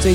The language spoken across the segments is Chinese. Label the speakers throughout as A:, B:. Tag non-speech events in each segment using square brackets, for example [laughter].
A: 最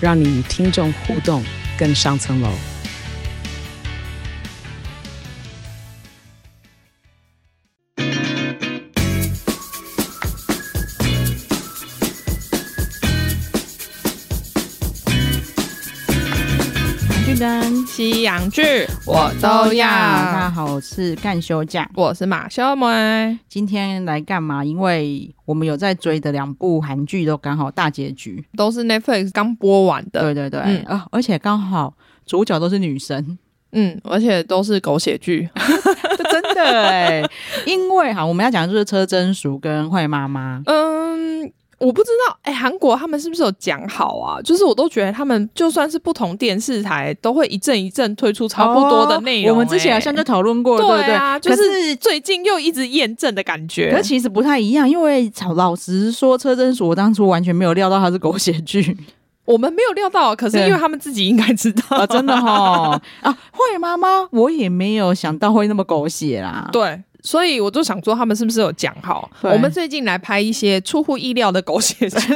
A: 让你与听众互动更上层楼。
B: 剧跟
C: 西洋剧
B: 我
C: 都要
B: 大家好，我是干休假，
C: 我是马修梅，
B: 今天来干嘛？因为我们有在追的两部韩剧都刚好大结局，
C: 都是 Netflix 刚播完的，
B: 对对对，
C: 嗯
B: 啊，而且刚好主角都是女生， [laughs]
C: 嗯，而且都是狗血剧，
B: 真的哎、因为哈，我们要讲的就是车真淑跟坏妈妈，
C: [laughs] 嗯。我不知道，哎、韩国他们是不是有讲好啊？就是我都觉得他们就算是不同电视台，都会一阵一阵推出差不多的内容、
B: 哦我们之前好像就讨论过，对不
C: 对
B: 对？
C: 啊，
B: 可
C: 就是最近又一直验证的感觉
B: 可是。其实不太一样，因为老老实说，车真淑我当初完全没有料到它是狗血剧
C: 我们没有料到，啊可是
B: 对
C: 因为他们自己应该知
B: [laughs]
C: 道，
B: 啊，真的哈、啊，坏妈妈我也没有想到会那么狗血啦，
C: 对，所以我就想说他们是不是有讲好？
B: 对
C: 我们最近来拍一些出乎意料的狗血剧，
B: [laughs]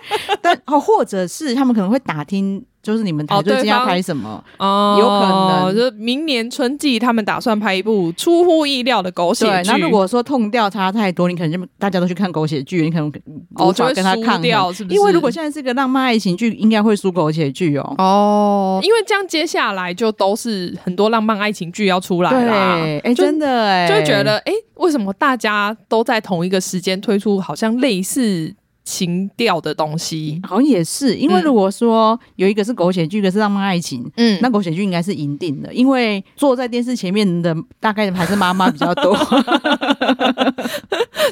B: [laughs] 但哦，或者是他们可能会打听，就是你们台
C: 哦
B: 最近要
C: 对方
B: 拍什么，
C: 哦
B: 有可能
C: 就是明年春季他们打算拍一部出乎意料的狗血
B: 对。
C: 剧，
B: 那如果说痛调差太多，你可能就大家都去看狗血剧，你可能
C: 哦
B: 无
C: 就
B: 法
C: 会
B: 跟他
C: 输
B: 抗衡
C: 掉是不是
B: 因为如果现在是个浪漫爱情剧，应该会输狗血剧哦。
C: 哦，因为这样接下来就都是很多浪漫爱情剧要出来
B: 对，
C: 啦。就
B: 哎、真的哎、
C: 就会觉得，哎、为什么大家都在同一个时间推出好像类似情调的东西？
B: 好像也是，因为
C: 嗯
B: 如果说有一个是狗血剧，一个是浪漫爱情。
C: 嗯
B: 那狗血剧应该是赢定的，因为坐在电视前面的大概还是妈妈比较
C: [laughs]
B: 多，
C: [laughs]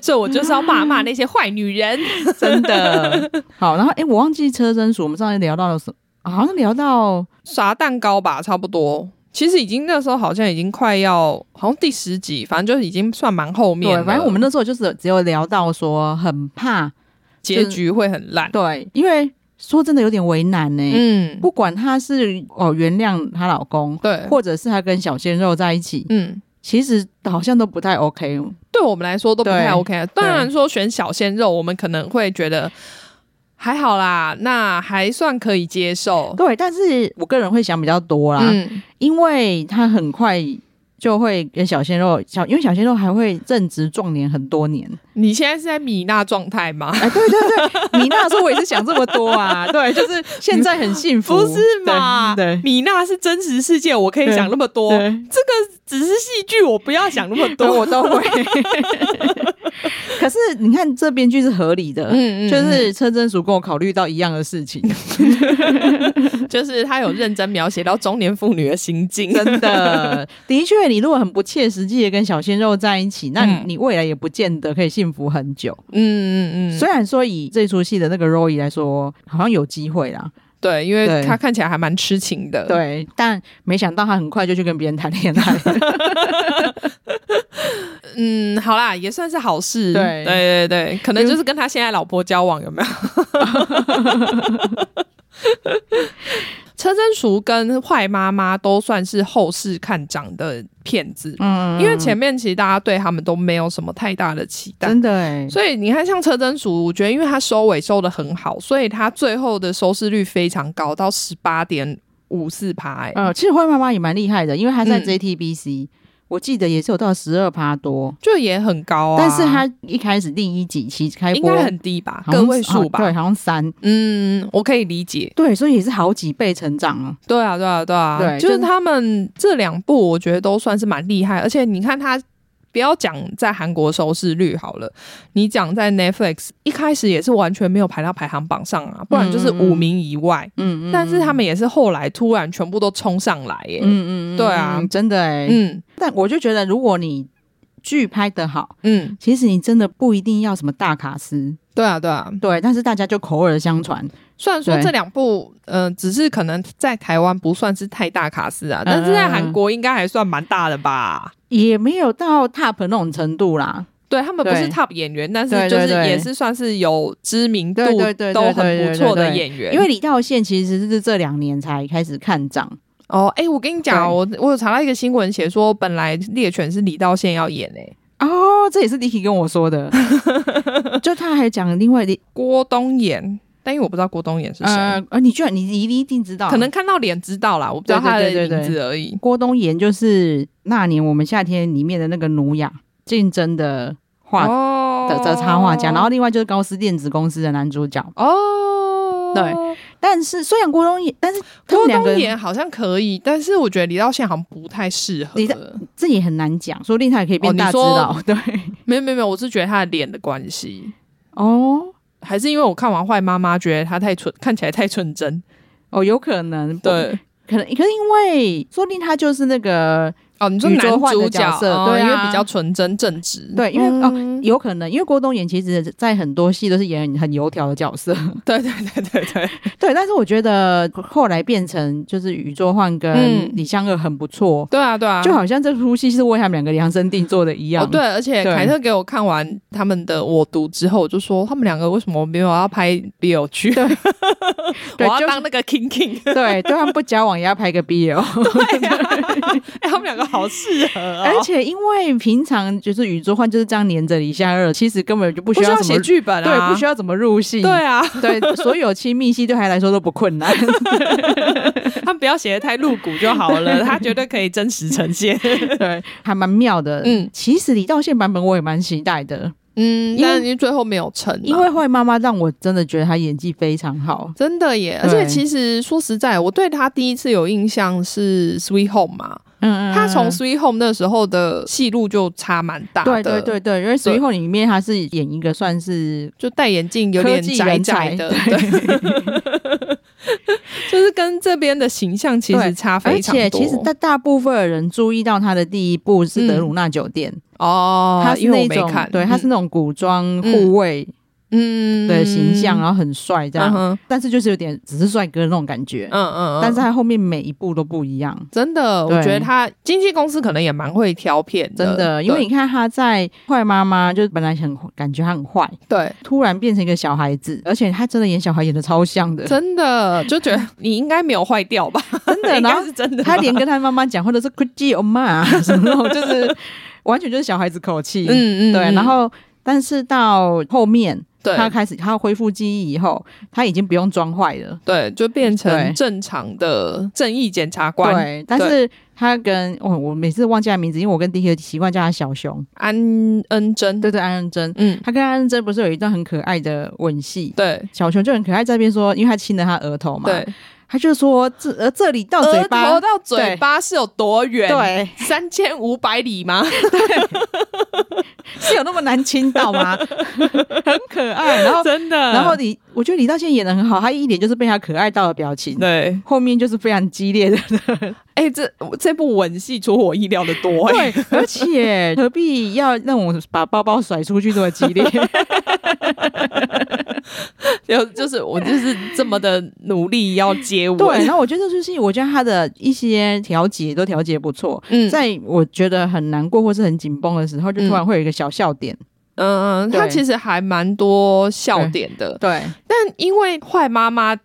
C: 所以我就是要骂骂那些坏女人。
B: [laughs] 真的。好，然后哎、诶我忘记车真鼠，我们上次聊到了什么？好像聊到
C: 啥蛋糕吧，差不多。其实已经那时候好像已经快要，好像第十集，反正就已经算蛮后面
B: 对，
C: 了。
B: 反正我们那时候就是只有聊到说很怕，
C: 结局会很烂。
B: 对，因为说真的有点为难呢、
C: 嗯，
B: 不管她是哦原谅她老公，
C: 对，
B: 或者是她跟小鲜肉在一起，
C: 嗯，
B: 其实好像都不太 OK。
C: 对我们来说都不
B: 对
C: 太 OK 啊。当然说选小鲜肉，我们可能会觉得还好啦，那还算可以接受。
B: 对，但是我个人会想比较多啦，
C: 嗯，
B: 因为她很快。就会跟小鲜肉小，因为小鲜肉还会正值壮年很多年。
C: 你现在是在米娜状态吗？
B: 哎，对对对，米娜说我也是想这么多 [laughs] 啊，对，就是现在很幸福，
C: 不是嘛？
B: 对，对
C: 米娜是真实世界，我可以
B: 对
C: 想那么多。
B: 对
C: 只是戏剧，我不要想那么
B: 对，
C: 多。
B: 我都会。 [laughs] 可是你看，这编剧是合理的，
C: 嗯
B: 就是车真淑跟我考虑到一样的事 [laughs] 情，
C: [laughs] 就是他有认真描写到中年妇女的心境，
B: 真的，的确，你如果很不切实际的跟小鲜肉在一起，那你,、
C: 嗯
B: 你未来也不见得可以幸福很久。
C: 嗯嗯嗯，
B: 虽然说以这出戏的那个 Roy 来说，好像有机会啦，
C: 对，因为
B: 对
C: 他看起来还蛮痴情的，，
B: 对，但没想到他很快就去跟别人谈恋爱了，
C: 嗯，好啦，也算是好事，
B: 对
C: 对对对，可能就是跟他现在老婆交往有没有？车真淑跟坏妈妈都算是后世看涨的片子，
B: 嗯
C: 因为前面其实大家对他们都没有什么太大的期待，
B: [laughs] 真的哎、
C: 所以你看，像车真淑，我觉得因为它收尾收的很好，所以它最后的收视率非常高，到十八点五四趴。哎、
B: 呃，其实坏妈妈也蛮厉害的，因为她在
C: 嗯
B: JTBC，、我记得也是有到十二趴多，
C: 就也很高啊。
B: 但是她一开始第一集期开
C: 应
B: 播
C: 该很低吧，
B: 好像
C: 个位数吧。
B: 啊对，好像三，
C: 嗯，我可以理解。
B: 对，所以也是好几倍成长啊。
C: 对啊，对啊，对啊，
B: 对
C: 就是
B: 真的
C: 他们这两部，我觉得都算是蛮厉害。而且你看他。不要讲在韩国收视率好了，你讲在 Netflix 一开始也是完全没有排到排行榜上啊，不然就是五名以外。
B: 嗯
C: 但是他们也是后来突然全部都冲上来耶。
B: 嗯嗯，
C: 对啊
B: 嗯真的哎、
C: 嗯
B: 但我就觉得，如果你剧拍得好，
C: 嗯，
B: 其实你真的不一定要什么大卡司，
C: 对啊，对啊。
B: 对，但是大家就口耳相传，
C: 虽然说
B: 对
C: 这两部，呃，只是可能在台湾不算是太大卡司啊，
B: 嗯
C: 但是在韩国应该还算蛮大的吧？
B: 也没有到 top 那种程度啦。
C: 对他们不是
B: 对
C: top 演员，但是
B: 对
C: 就是
B: 对对
C: 也是算是有知名度
B: 对对对对
C: 都很
B: 对
C: 不
B: 对
C: 错
B: 对
C: 的
B: 对
C: 演员。
B: 因为李道宪其实是这两年才开始看涨，
C: 哦，哎、我跟你讲啊，
B: 对
C: 我我有查到一个新闻写说，本来猎犬是李道宪要演诶、
B: 哦，这也是 Dicky 跟我说 [laughs] 的，就他还讲另外的，
C: 郭冬妍，但因为我不知道郭冬妍是谁，
B: 呃，呃，你居然你你你一定知道，
C: 可能看到脸知道啦，我不知道他的
B: 嗯对对对对
C: 名字而已。
B: 郭冬妍就是那年我们夏天里面的那个努雅竞争的画的
C: 哦
B: 的插画家，然后另外就是高斯电子公司的男主角。
C: 哦，
B: 对但是虽然郭冬妍，但是他
C: 郭
B: 们两个
C: 冬
B: 人
C: 妍好像可以，但是我觉得李道宪好像不太适合
B: 李。这也很难讲，说不定他也可以
C: 哦
B: 变
C: 你
B: 大指
C: 说
B: 导， [laughs] 对，
C: 没有没有没有，我是觉得他的脸的关系，
B: 哦
C: 还是因为我看完《坏妈妈》觉得他太纯，看起来太纯真。
B: 哦，有可能，不
C: 对，
B: 可能可是因为说不定他就是那个
C: 哦，你说
B: 宇
C: 男
B: 宙幻的
C: 主角，
B: 角色
C: 哦
B: 对啊
C: 因为比较纯真正直。
B: 对，因为、
C: 嗯
B: 哦，有可能，因为郭冬妍其实在很多戏都是演很油条的角色，
C: [laughs] 对对对对对，
B: 对，但是我觉得后来变成就是宇宙幻
C: 嗯
B: 跟李相赫很不错。
C: [laughs] 对啊对啊，
B: 就好像这出戏是为他们两个量身定做的一样，
C: 哦，对，而且
B: 对
C: 凯特给我看完他们的《我读》之后，我就说他们两个为什么没有要拍 BL 剧？ [laughs] 对，我
B: 对
C: 要
B: 就是
C: 当那个 King King，
B: [laughs] 对，对他们不交往也要拍个 BL，
C: 哦 [laughs] 哎、他们两个好适合、哦，
B: 而且因为平常就是宇宙幻就是这样黏着李相赫，其实根本就不
C: 不需
B: 需
C: 要
B: 要什
C: 写
B: 么
C: 剧本啊，
B: 对，不需要怎么入戏，
C: 对啊，
B: [laughs] 对，所有亲密戏对他来说都不
C: [laughs]
B: 困难，
C: 他们不要写的太露骨就好 [laughs] 了，他绝对可以真实呈现。
B: 对，还蛮妙的。
C: 嗯
B: 嗯，其实李道宪版本我也蛮期待的，
C: 嗯，
B: 因为
C: 但是最后没有成、啊
B: 因为。坏妈妈让我真的觉得她演技非常好。
C: 真的耶，而
B: 对
C: 且其实说实在，我对他第一次有印象是《Sweet Home》嘛，
B: 嗯
C: 他从《Sweet Home》那时候的戏路就差蛮大的，
B: 对对对对，因为《随后》里面她是演一个算是
C: 就戴眼镜，有点
B: 科技
C: 窄
B: 人
C: 窄
B: 才
C: 的，对， [laughs] 就是跟这边的形象其实
B: 对
C: 差非
B: 而
C: 常多。
B: 且其实大大部分的人注意到她的第一部是《德鲁纳酒店》，
C: 哦，
B: 她是
C: 因为
B: 那
C: 我没
B: 种
C: 看，
B: 对，她是那种古装
C: 嗯
B: 护卫
C: 嗯
B: 的形象，然后很帅这样，
C: 嗯哼
B: 但是就是有点只是帅哥那种感觉，
C: 嗯嗯，嗯
B: 但是他后面每一步都不一样。
C: 真的，我
B: 对
C: 觉得他经纪公司可能也蛮会挑片
B: 真的，因为
C: 对
B: 你看他在坏妈妈，就是本来很感觉他很坏，
C: 对。
B: 突然变成一个小孩子，而且他真的演小孩演的超像的，
C: 真的就觉得你应该没有坏掉吧？
B: 真 [laughs] 的。
C: 应
B: 然
C: 该
B: 后
C: 是真的吧。
B: 他连跟他妈妈讲，或者是 g o o d o 妈什么那种，就是完全就是小孩子口气。嗯，
C: 嗯嗯，
B: 对。
C: 嗯
B: 然后，但是到后面
C: 对
B: 他开始他恢复记忆以后，他已经不用装坏了。
C: 对就变成
B: 对
C: 正常的正义检察官
B: 对，但是他跟我、我每次忘记他名字，因为我跟 D K 习惯叫他小熊。
C: 安恩真。
B: 对对，安恩珍，
C: 嗯，
B: 他跟安恩珍不是有一段很可爱的吻戏？
C: 对
B: 小熊就很可爱，在那边说，因为他亲了他额头嘛，
C: 对，
B: 他就说这呃这里到嘴
C: 额头
B: 巴，
C: 到嘴巴是有多远？，
B: 对，
C: 三千五百里吗？
B: 是有那么难亲到吗？ [laughs] 很可爱，然后
C: 真的。
B: 然后李，我觉得李道宪演的很好，他一脸就是被他可爱到的表情，
C: 对，
B: 后面就是非常
C: [laughs]
B: 激烈的，
C: 哎、这这部吻戏出乎我意料的多、哎， [laughs]
B: 对，而且何必要让我把包包甩出去这么激
C: [laughs]
B: 烈？
C: 就就是我就是这么的努力要接吻，
B: 对，然后我觉得这出戏，我觉得他的一些调节都调节不错。
C: 嗯
B: 在我觉得很难过或是很紧绷的时候，就突然会有一个小笑点。
C: 嗯，嗯，
B: 对
C: 它其实还蛮多笑点的，
B: 对，
C: 但因为坏妈妈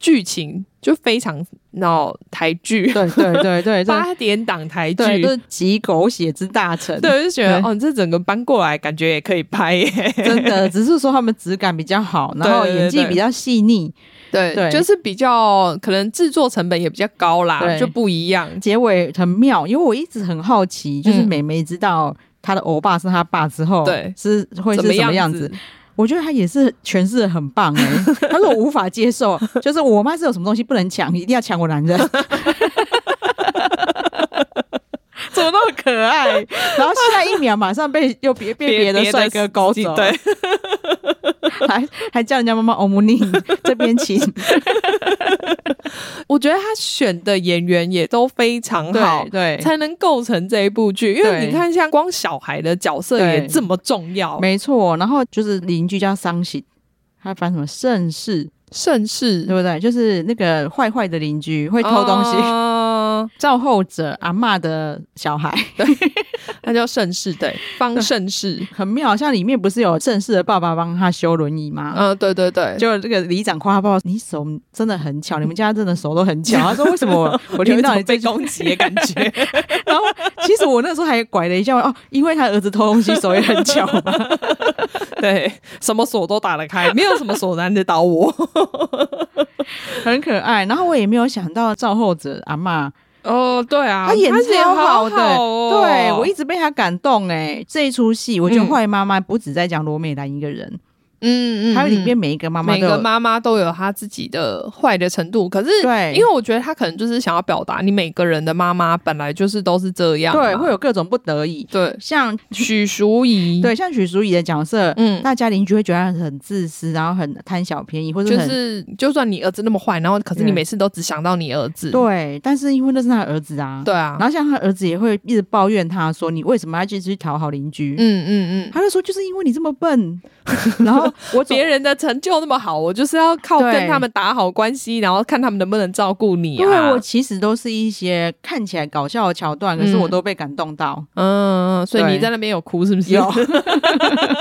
C: 剧情就非常闹台
B: [laughs]
C: 剧，
B: 对对对
C: [laughs]
B: 对，这
C: 八点档台剧，
B: 对都是集狗血之大成，
C: 对，，我就觉得
B: 对
C: 哦，这整个搬过来感觉也可以拍耶，
B: 真的，只是说他们质感比较好，然后
C: 对对对
B: 演技
C: 对
B: 比较细腻，
C: 对
B: [laughs] 对
C: 就是比较可能制作成本也比较高啦，
B: 对
C: 就不一样，
B: 结尾很妙。因为我一直很好奇，就是
C: 嗯
B: 美眉知道她的欧巴是她爸之后，
C: 对
B: 是会是
C: 么
B: 什么样
C: 样
B: 子？？我觉得她也是诠释的很棒哎、欸，她说我无法接受，就是我妈是有什么东西不能抢，一定要抢我男人。怎么那么可 [laughs] 爱？啊然后下一秒马上被又别被别的帅哥勾走，
C: 对，
B: 还还叫人家妈妈欧姆尼这边 [laughs] 请，
C: [laughs] 我觉得他选的演员也都非常好
B: 对，对，
C: 才能构成这一部剧。因为
B: 对
C: 你看，像光小孩的角色也
B: 对
C: 这么重要，
B: 没错。然后就是邻居叫桑喜，他翻什么盛世，
C: 盛世
B: 对不对？就是那个坏坏的邻居会偷东西，
C: 哦
B: [laughs] 照后者阿嬷的小孩， [laughs]
C: 那叫盛世，对，方盛世，
B: 很妙。像里面不是有正式的爸爸帮他修轮椅吗？
C: 嗯，对对对，
B: 啊就这个里长夸他爸爸，你手真的很
C: [laughs]
B: 巧，你们家真的手都很巧。他说为什么我我听到
C: 有一
B: 你
C: 种被
B: 这句
C: 攻击的感觉。
B: [laughs] 然后其实我那时候还拐了一下哦，因为他儿子偷东西手也很巧嘛。
C: [laughs] [laughs] 对，什么锁都打得开，没有什么锁难得倒我。
B: [laughs] 很可爱。然后我也没有想到赵厚哲阿嬷，
C: 哦，对啊
B: 她演超好的，对我
C: 一
B: 一直被她感动哎。这一出戏，我觉得
C: 哦嗯
B: 坏妈妈不止在讲罗美兰一个人，
C: 嗯
B: 还有里面每一个妈妈
C: 每
B: 都
C: 个
B: 有。
C: 妈妈都有她自己的坏的程度，可是
B: 对
C: 因为我觉得她可能就是想要表达，你每个人的妈妈本来就是都是这样嘛，
B: 对，会有各种不得已，
C: 对，
B: 像
C: 许淑仪，
B: 对像许淑怡的角色，
C: 嗯。
B: 大家邻居会觉得她很自私，然后很贪小便宜，或者
C: 就
B: 很
C: 是，就算你儿子那么坏，然后可是你
B: 对
C: 每次都只想到你儿子，
B: 对，但是因为那是他儿子啊，
C: 对啊
B: 然，后像他儿子也会一直抱怨他说：“你为什么要一直去讨好邻居？”
C: 嗯嗯嗯，
B: 他就说：“就是因为你这么
C: [laughs]
B: 笨。”然后我总
C: 别人的成就那么好，我就是要靠
B: 对
C: 跟他们打好关系，然后看他们能不能照顾你啊。
B: 因为我其实都是一些看起来搞笑的桥段，可是我都被感
C: [laughs]
B: 动到。
C: 嗯，所以
B: 对
C: 你在那边有哭是不是？
B: 有 [laughs]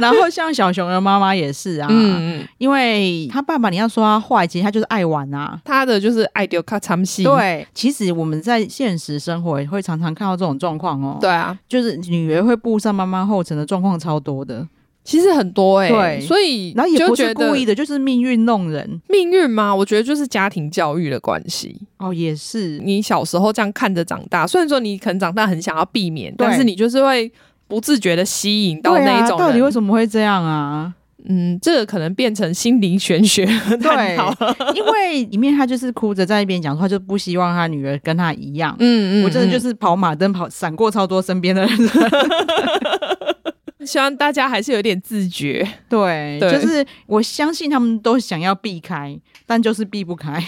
B: 然后像小熊的妈妈也是啊，
C: [laughs] 嗯，嗯，
B: 因为他爸爸你要说他坏，其实他就是爱玩啊。
C: 他的就是爱丢卡参戏，
B: 对，其实我们在现实生活也会常常看到这种状况哦，
C: 对啊，
B: 就是女儿会步上妈妈后尘的状况超多的，
C: 其实很多哎、
B: 对
C: 所以
B: 然后也
C: 就
B: 不
C: 觉
B: 是
C: 得
B: 故意的，就是命运弄人
C: 命运吗？我觉得就是家庭教育的关系。
B: 哦，也是，
C: 你小时候这样看着长大，虽然说你可能长大很想要避免，
B: 对
C: 但是你就是会不自觉的吸引到
B: 对
C: 那一
B: 啊，
C: 种
B: 到底
C: 人。
B: 为什么会这
C: [laughs]
B: 样啊？
C: 嗯，这个可能变成心灵玄
B: [laughs]
C: 学的探
B: 对
C: 讨。
B: 因为里面他就是哭着在一边讲说，他就不希望他女儿跟他一样。
C: 嗯
B: 我真的就是是跑马灯跑闪过超多身边的人，
C: 希望大家还是有点自觉。
B: 对，
C: 对
B: 就是我相信他们都想要避开，但就是避不开。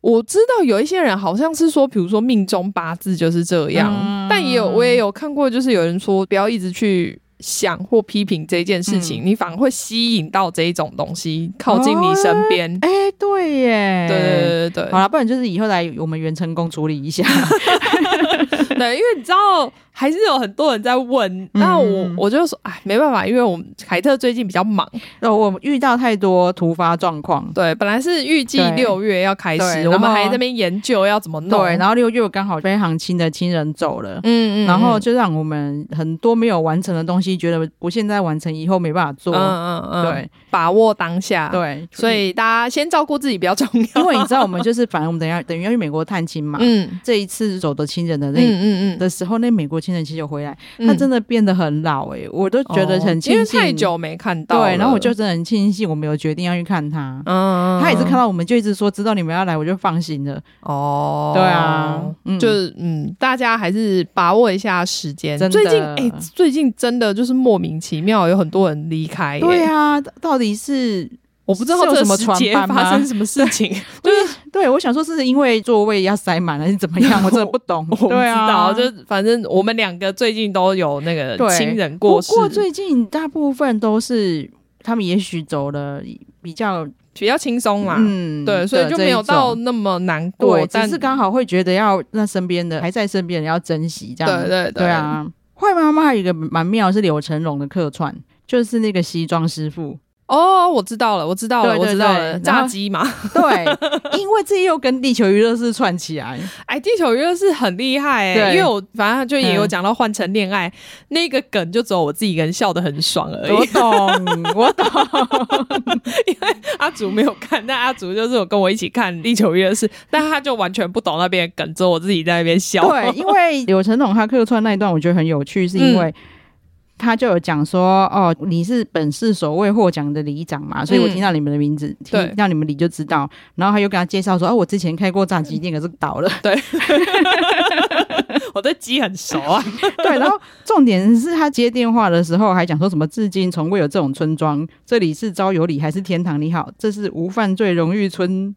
C: 我知道有一些人好像是说，比如说命中八字就是这样，
B: 嗯
C: 但也有我也有看过，就是有人说不要一直去想或批评这件事
B: 嗯
C: 情，你反而会吸引到这一种东西靠近你身边。
B: 哎、对耶，
C: 对对对对
B: 好了，不然就是以后来我们袁成功处理
C: [laughs]
B: 一下。
C: 对， [laughs] 对，因为你知道还是有很多人在
B: 嗯
C: 问，那、我我就说，哎，没办法，因为我们凯特最近比较忙，
B: 哦，我遇到太多突发状况，
C: 对，本来是预计
B: 对
C: 六月要开
B: 对
C: 始，
B: 然
C: 我们
B: 后
C: 还在那边研究要怎么弄，
B: 对，然后六月我刚好非常亲的亲人走了。
C: 嗯嗯，
B: 然后
C: 嗯
B: 就让我们很多没有完成的东西，觉得不现在完成，以后没办法做。
C: 嗯嗯嗯，
B: 对，
C: 把握当下，。
B: 对，
C: 所以大家先照顾自己比较重要。
B: 因为你知道，我们就是反正我们等一下等于要去美国探亲嘛，
C: [laughs] 嗯
B: 这一次走的亲人的
C: 嗯
B: 那、
C: 嗯嗯，
B: 的时候，那美国亲人其实有回来，他真
C: 的
B: 的变得很老哎、我都觉得很
C: 嗯
B: 庆
C: 哦因为
B: 幸。
C: 太久没看到了，嗯
B: 对，然后我就真的很庆幸，我们有决定要去看他。
C: 嗯，嗯
B: 他也是看到我们，就一直说知道你们要来，我就放心了。
C: 哦，
B: 对啊，嗯
C: 就是嗯，大家还是把握一下时间。
B: 真的
C: 最近哎、最近真的就是莫名其妙有很多人离开、耶
B: 对啊，到底是
C: 我不知道
B: 是有
C: 这
B: 什么
C: 时
B: 传
C: 节
B: 班吗
C: 发生什么事
B: [laughs]
C: 情，就是
B: 对我想说，是因为座位要塞满还是怎么样？我真的不懂。
C: [laughs] 我不知
B: 对
C: 道，
B: 啊，
C: 就是反正我们两个最近都有那个
B: 对啊
C: 亲人
B: 不
C: 过世，
B: 过最近大部分都是他们也许走了比较
C: 比较轻松啦。
B: 嗯
C: 对，所以
B: 的
C: 就
B: 这
C: 没有
B: 一种
C: 到那么难过
B: 对，，
C: 但
B: 只是刚好会觉得要那身边的还在身边的人要珍惜这样。
C: 对对
B: 对，啊！坏妈妈还有一个蛮妙是柳成龙的客串，就是那个西装师傅。
C: 哦，我知道了，我知道了，
B: 对
C: 我
B: 对
C: 知道了，
B: 对然
C: 炸
B: 后
C: 鸡嘛， [laughs]
B: 对，因为这又跟地球娱乐室串起来。
C: 哎，地球娱乐是很厉害哎、
B: 对
C: 因为我反正就也有
B: 嗯
C: 讲到换成恋爱、那个梗，就只有我自己一个人笑得很爽而
B: 我
C: 已。
B: 懂，我
C: [laughs]
B: 懂。
C: 阿竹没有看，但阿竹就是有跟我一起看地球娱乐室，但他就完全不懂那边的梗，只有我自己在那边笑。嗯
B: 对，因为柳成龙他客串那一段，我觉得很有趣，是因为他就有讲说，哦，你是本市首位获奖的里长嘛，所以我
C: 嗯
B: 听到你们的名字，
C: 对
B: 听到你们里就知道。然后他又跟他介绍说，哦，我之前开过炸
C: 嗯
B: 鸡店，可是倒了。
C: [laughs] 我对鸡很熟啊，
B: 对，然后重点是他接电话的时候还讲说什么，至今从未有这种村庄，这里是招有里还是天堂？你好，这是无犯罪荣誉村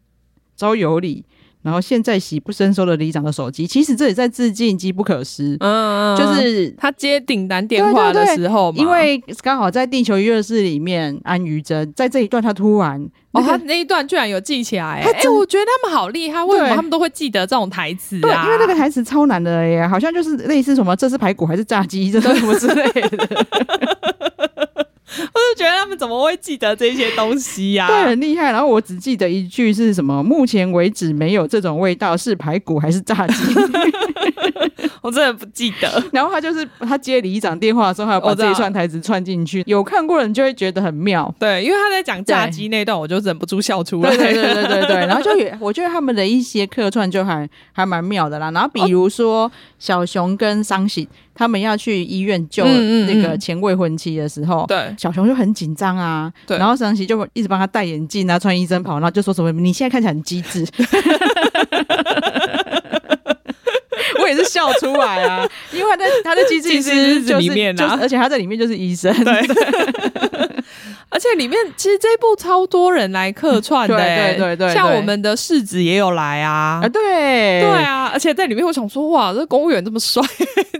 B: 招有里。然后现在喜不胜收的里长的手机，其实这也在致敬机不可失，
C: 嗯，
B: 就是
C: 他接顶单电话的时候嘛，
B: 因为刚好在《地球娱乐室》里面，安于真在这一段，他突然那
C: 哦，
B: 个
C: 他那一段居然有记起来、欸，
B: 他
C: 哎、
B: 真
C: 我觉得他们好厉害，为什么
B: 对
C: 他们都会记得这种台词
B: 对，
C: 啊？
B: 因为那个台词超难的耶，好像就是类似什么这是排骨还是炸鸡，这是什么之类的，
C: [laughs] 我就觉得他们怎么会记得这些东西啊呀、
B: 对，很厉害。然后我只记得一句是什么，目前为止没有这种味道，是排骨还是炸鸡？ [laughs]
C: 我真的不记得。
B: 然后他就是他接里长电话的时候，还要把
C: 我知
B: 这
C: 道
B: 一串台词串进去，有看过的人就会觉得很妙。
C: 对，因为他在讲炸鸡那段，我就忍不住笑出来。
B: 对对对对对对，然后就也我觉得他们的一些客串就还还蛮妙的啦。然后比如说小熊跟桑喜他们要去医院救
C: 嗯嗯
B: 那个
C: 嗯
B: 前未婚妻的时候，
C: 对
B: 小熊就很紧张啊，
C: 对
B: 然后桑喜就一直帮他戴眼镜啊，穿医生袍，然后就说什么你现在看起来很机
C: [laughs]
B: 智。我也是笑出来
C: [laughs]
B: 啊，因为他在他在机智医
C: 机智
B: 师
C: 医师
B: 就是
C: 里面啊
B: 就是而且他在里面就是医生，
C: [laughs] 对 [laughs] 而且里面其实这一部超多人来客串的、欸，
B: 对对对对对
C: 像我们的世子也有来啊。
B: 啊，对
C: 对啊，而且在里面我想说，哇，这公务员这么帅，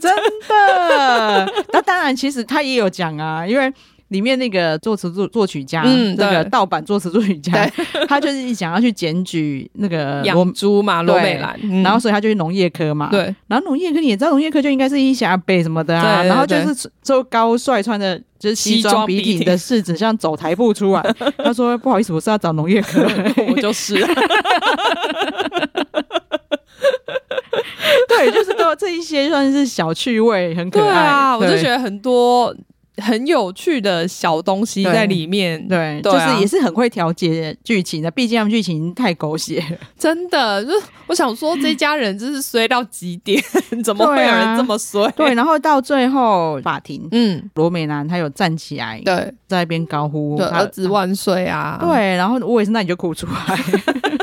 B: 真的。那当然，其实他也有讲啊，因为。里面那个作词作作曲家，
C: 嗯
B: 那个
C: 对
B: 盗版作词作曲家， [laughs] 他就是想要去检举那个罗
C: 养猪嘛，罗美兰，嗯
B: 呃然后所以他就去农业科嘛。。
C: 对
B: 然后农业科你也知道，农业科就应该是一些阿贝什么的啊。
C: 对对
B: 然后就是周高帅穿的就是西
C: 西
B: 装
C: 装
B: 笔
C: 笔挺
B: 挺的世子，像走台步
C: [laughs]
B: 出来。他说：“不好意思，我是要找农业科。
C: 我就是，
B: 对，就是都这一些算是小趣味，很可
C: 对
B: 爱。
C: 啊，我就觉
B: 得
C: 得很多很有趣的小东西在里面，
B: 对，
C: 对啊
B: 就是也是很会调节剧情的，毕竟他们剧情太狗血了。
C: 真的，就是我想说这家人真是衰到极点， [laughs] 怎么会
B: 对
C: 有
B: 啊
C: 人这么衰？
B: 对，然后到最后法庭，
C: 嗯，
B: 罗美兰她有站起来，
C: 对
B: 在那边高呼
C: 对，
B: 她
C: 儿子万岁啊！
B: 对，然后我也是，那你就哭出来。 [laughs]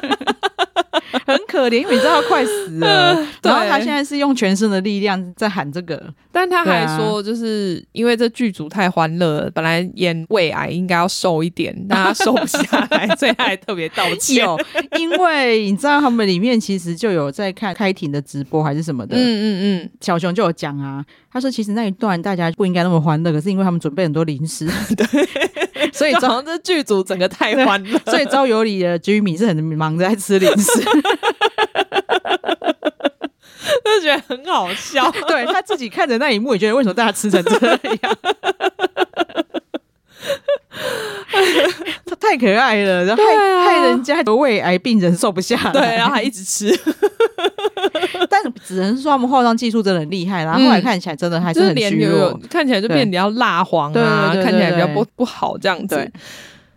B: 很可怜，因为你知道他快死了，
C: [laughs] 对
B: 然后他现在是用全身的力量在喊这个，
C: 但他还
B: 对啊
C: 说，就是因为这剧组太欢乐了，本来演胃癌应该要瘦一 [laughs] 点，但他瘦不下来，所以他还特别道歉。
B: 有，哦因为你知道他们里面其实就有在看开庭的直播还是什么的，
C: [laughs] 嗯嗯
B: 小熊就有讲啊，他说其实那一段大家不应该那么欢乐，可是因为他们准备很多零
C: [laughs]
B: 食，对， [laughs] 所以
C: 嗯， [laughs] 就好
B: 招
C: 像这剧组整个太欢乐，
B: 所以招有理的 Jimmy 是很忙着在吃零食，
C: 就觉得很好笑。
B: [laughs] 对他自己看着那一幕也觉得为什么大家吃成这样。 [laughs] 他太可爱了，然后害、
C: 对啊
B: 害人家的胃癌病人受不下来。
C: [laughs] 对，然后还一直吃，
B: 啊但只能说他们化妆技术真的很厉害啦，然后后来
C: 嗯
B: 看起来真的还
C: 就是
B: 很
C: 脸
B: 虚
C: 有
B: 弱。
C: 有看起来就变得比较蜡黄
B: 对
C: 啊，
B: 对对对
C: 看起来比较不
B: 对
C: 不好这样子
B: 对。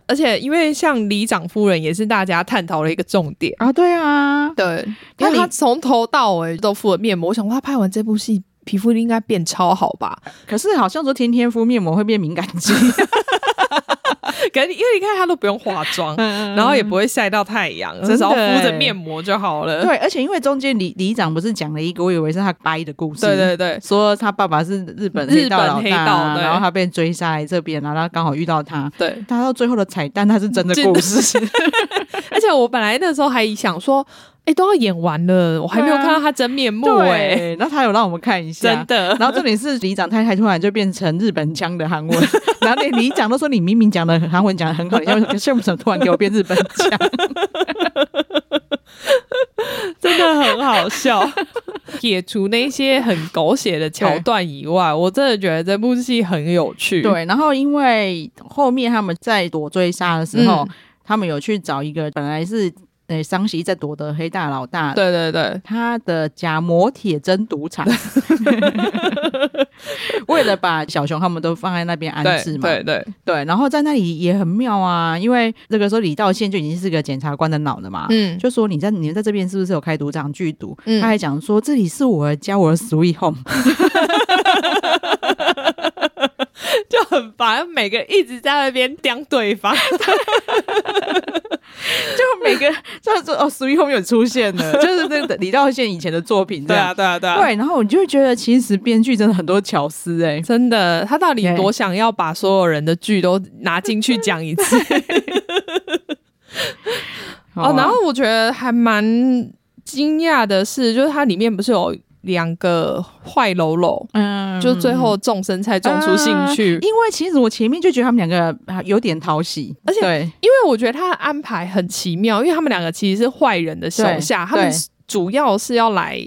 C: 而且因为像里长夫人也是大家探讨的一个重点，
B: 啊，对啊，
C: 对，
B: 因
C: 因
B: 为
C: 为
B: 他
C: 他从头到尾都敷了面膜，我想说他拍完这部戏皮肤应该变超好吧？
B: 可是好像说天天敷面膜会变敏感 [laughs] 肌，
C: 可是因为你看他都不用化
B: 嗯
C: 妆，然后也不会晒到太阳，
B: 的
C: 至少敷着
B: 欸
C: 面膜就好了。
B: 对，而且因为中间里里长不是讲了一个，我以为是他掰的故事，
C: 对对对
B: 说他爸爸是日本
C: 日
B: 黑道
C: 本
B: 老
C: 黑
B: 大啊，
C: 道对
B: 然后他被追杀来这边，然后他刚好遇到他，
C: 对，
B: 他到最后的彩蛋，他是真的故事，
C: [laughs] 而且我本来那时候还想说，哎、都要演完了，我还没有
B: 对啊
C: 看到他真面目哎、
B: [laughs] 对，啊然后他有让我们看一下，
C: 真。的。
B: 然后重点是里长太太突然就变成日本腔的韩文， [laughs] 然后连里长都说你明明讲的韩文讲的很好，你为什么为什么突然给我变日本腔？
C: 真的很好
B: [laughs]
C: 笑。撇除那些很狗血的桥段以外，我真的觉得这部戏很有趣。，
B: [laughs] 对，然后因为后面他们在躲追杀的时候，他们有去找一个本来是呃桑喜在躲的黑大老大，
C: 对对对，
B: 他的假摩铁真赌 [laughs] 场，为了把小熊他们都放在那边安
C: 对
B: 置嘛，
C: 对对，
B: 对然后在那里也很妙啊，因为那个时候李道宪就已经是个检察官的脑了嘛。
C: 嗯，
B: 就说你在你们在这边是不是有开赌场剧毒？
C: 嗯
B: 他还讲 [laughs] 说这里是我的家，我的 sweet home。
C: 很烦，每个人一直在那边刁对方。
B: 就每个就是哦，Sweet Home 有出现 [laughs] 了，就是那个李道宪以前的作品这
C: 对
B: 样
C: 啊，。对啊，对啊，
B: [laughs] 对，然后我就会觉得，其实编剧真的很多巧思哎、
C: 真的，他到底
B: 对
C: 多想要把所有人的剧都拿进去讲一次
B: [laughs]
C: 哦
B: 好啊？
C: 然后我觉得还蛮惊讶的是，就是它里面不是有两个坏喽喽，
B: 嗯
C: 就最后种生菜种出兴趣。
B: 因为其实我前面就觉得他们两个啊有点讨喜，
C: 而且
B: 对
C: 因为我觉得他的安排很奇妙，因为他们两个其实是坏人的手下，
B: 对
C: 他们
B: 对
C: 主要是要来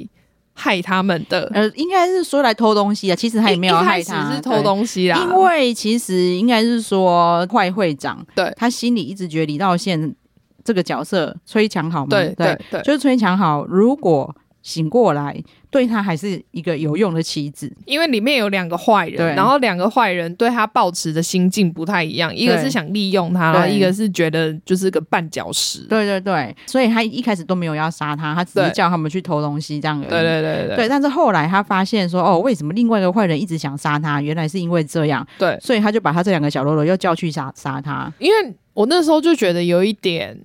C: 害他们的。
B: 呃，应该是说来偷东西啊，其实他也没有
C: 一一
B: 害
C: 开始
B: 他，
C: 是偷东西
B: 西
C: 啦，
B: 因为其实应该是说坏会长，
C: 对
B: 他心里一直觉得李道宪这个角色崔强好吗？
C: 对对对
B: 就是崔强好，如果醒过来，对他还是一个有用的棋子，
C: 因为里面有两个坏
B: 对
C: 人，然后两个坏人对他抱持的心境不太一样，一个是想利用他，然后
B: 对
C: 一个是觉得就是个绊脚石。
B: 对对对，所以他一开始都没有要杀他，他只是
C: 对
B: 叫他们去偷东西这样而已。
C: 对对对对
B: 对，但是后来他发现说，哦，为什么另外一个坏人一直想杀他？原来是因为这样，
C: 对，
B: 所以他就把他这两个小喽啰又叫去杀杀他。
C: 因为我那时候就觉得有一点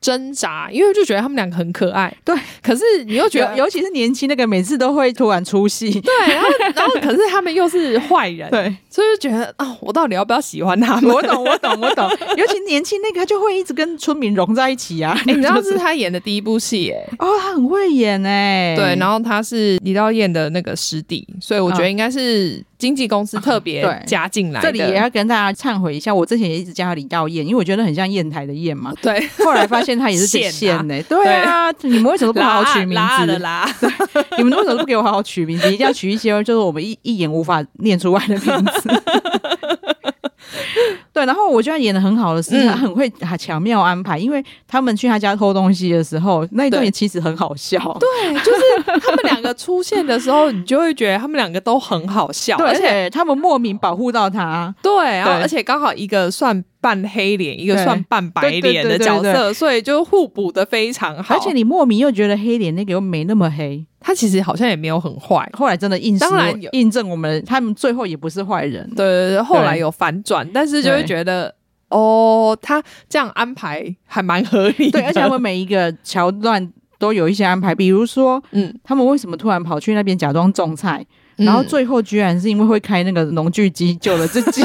C: 挣扎，因为就觉得他们两个很可爱，
B: 对，
C: 可是你又觉得
B: 尤尤其是年轻那个，每次都会突然出戏。
C: 对，然后然后可是他们又是坏
B: [laughs]
C: 人，
B: 对，
C: 所以就觉得啊、我到底要不要喜欢他们？
B: [laughs] 我懂，我懂，我懂。尤其年轻那个，他就会一直跟村民融在一起啊。
C: [laughs] 哎、你知道
B: 就
C: 这是他演的第一部戏哎、
B: 哦，他很会演哎、
C: 对，然后他是李道彦的那个师弟，所以我觉得
B: 嗯
C: 应该是经纪公司特别
B: 对
C: 加进来的。
B: 这里也要跟大家忏悔一下，我之前也一直叫他李道彦，因为我觉得很像砚台的
C: [laughs]
B: 砚嘛。
C: 对，
B: 后来发现他也是
C: 线
B: 姓
C: 啊
B: 宪呢、对啊，你们为什么不好好取名
C: 拉啊
B: 字
C: 的？拉，
B: 你们为什么不给我好好取名字？一定要取一些就是我们一一眼无法念出来的名
C: [laughs]
B: 字。对，然后我觉得他演的很好的是，
C: 嗯
B: 他很会啊巧妙安排，因为他们去他家偷东西的时候，那一段
C: 对
B: 也其实很好笑。
C: [laughs] 对，就是他们两个出现的时候，你就会觉得他们两个都很好笑，
B: 对，
C: 而
B: 而
C: 且
B: 且他们莫名保护到他，
C: 对，然后
B: 对
C: 而且刚好一个算半黑脸，一个
B: 对
C: 算半白
B: 对对
C: 脸的
B: 对对
C: 角
B: 对
C: 色，所以就互补的非常好。
B: 而且你莫名又觉得黑脸那个又没那么黑。
C: 他其实好像也没有很坏，
B: 后来真的印
C: 当然
B: 实我
C: 有
B: 印证我们，他们最后也不是坏 [laughs] 人。
C: 对对对，后来有反转，但是就会
B: 对
C: 觉得哦，他这样安排还蛮合理的，
B: 对，而且他们每一个桥段都有一些安排，比如说
C: 嗯，
B: 他们为什么突然跑去那边假装种菜，然后
C: 嗯
B: 最后居然是因为会开那个农具机救了自 [laughs] 己。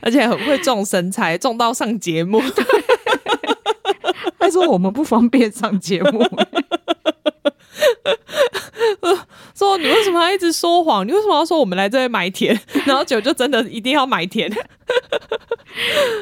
C: 而且很会种身材，种到上节目。 [laughs]
B: 他说我们不方便上节 [laughs] 目，
C: 说你为什么要一直说谎？你为什么要说我们来这里买田？ [laughs] 然后酒就真的一定要买田，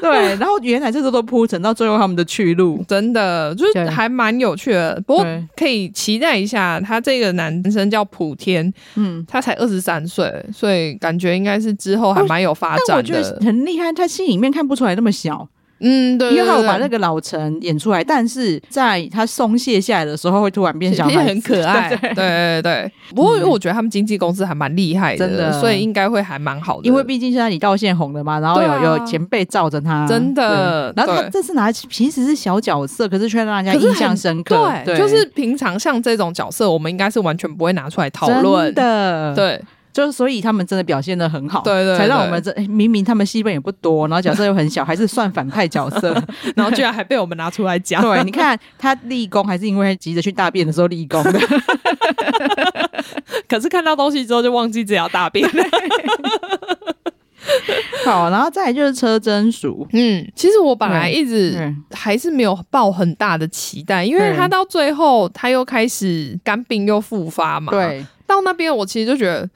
B: 对，然后原来这都都铺陈到最后他们的去
C: [laughs]
B: 路。
C: 真的就是
B: 对
C: 还蛮有趣的。不过
B: 对
C: 可以期待一下，他这个男生叫普天，
B: 嗯，
C: 他才二十三岁，所以感觉应该是之后还蛮有发
B: 哦但我
C: 展
B: 觉得
C: 的。
B: 很厉害，他心里面看不出来那么小，
C: 嗯，对，
B: 因为他有把那
C: 个
B: 个老陈演出来，但是在他松懈下来的时候会突
C: [laughs]
B: 然变小孩子，
C: 很可爱，
B: [laughs] 对
C: 对嗯对对对。不过因为我觉得他们经纪公司还蛮厉害
B: 真的
C: 所以应该会还蛮好的。
B: 因为毕竟现在你道歉红了嘛，然后有、
C: 对啊
B: 有前辈罩着他，
C: 真的
B: 对然后他
C: 对
B: 这次拿其实是小角色，可是却让人家
C: 可是
B: 印
C: 很
B: 象深刻，
C: 对，就是平常像这种角色，我们应该是完全不会拿出来讨论
B: 真。的，，
C: 对
B: 就是所以他们真的表现的很好，
C: 对对对
B: 才让我们这哎明明他们戏份也不多，然后角色又很小，还是算反派角色。
C: [laughs] 然后居然还被我们拿出来讲， [laughs]
B: 对，你看他立功还是因为急着去大便的时候立功的， [laughs]
C: 可是看到东西之后就忘记自己要大便。
B: 好，然后再来就是车
C: [laughs]
B: 真淑，
C: [laughs] 嗯，其实我本来
B: 对
C: 一直
B: 嗯
C: 还是没有抱很大的期待，因为
B: 对
C: 他到最后他又开始肝病又复发嘛。，
B: 对
C: 到那边我其实就觉得，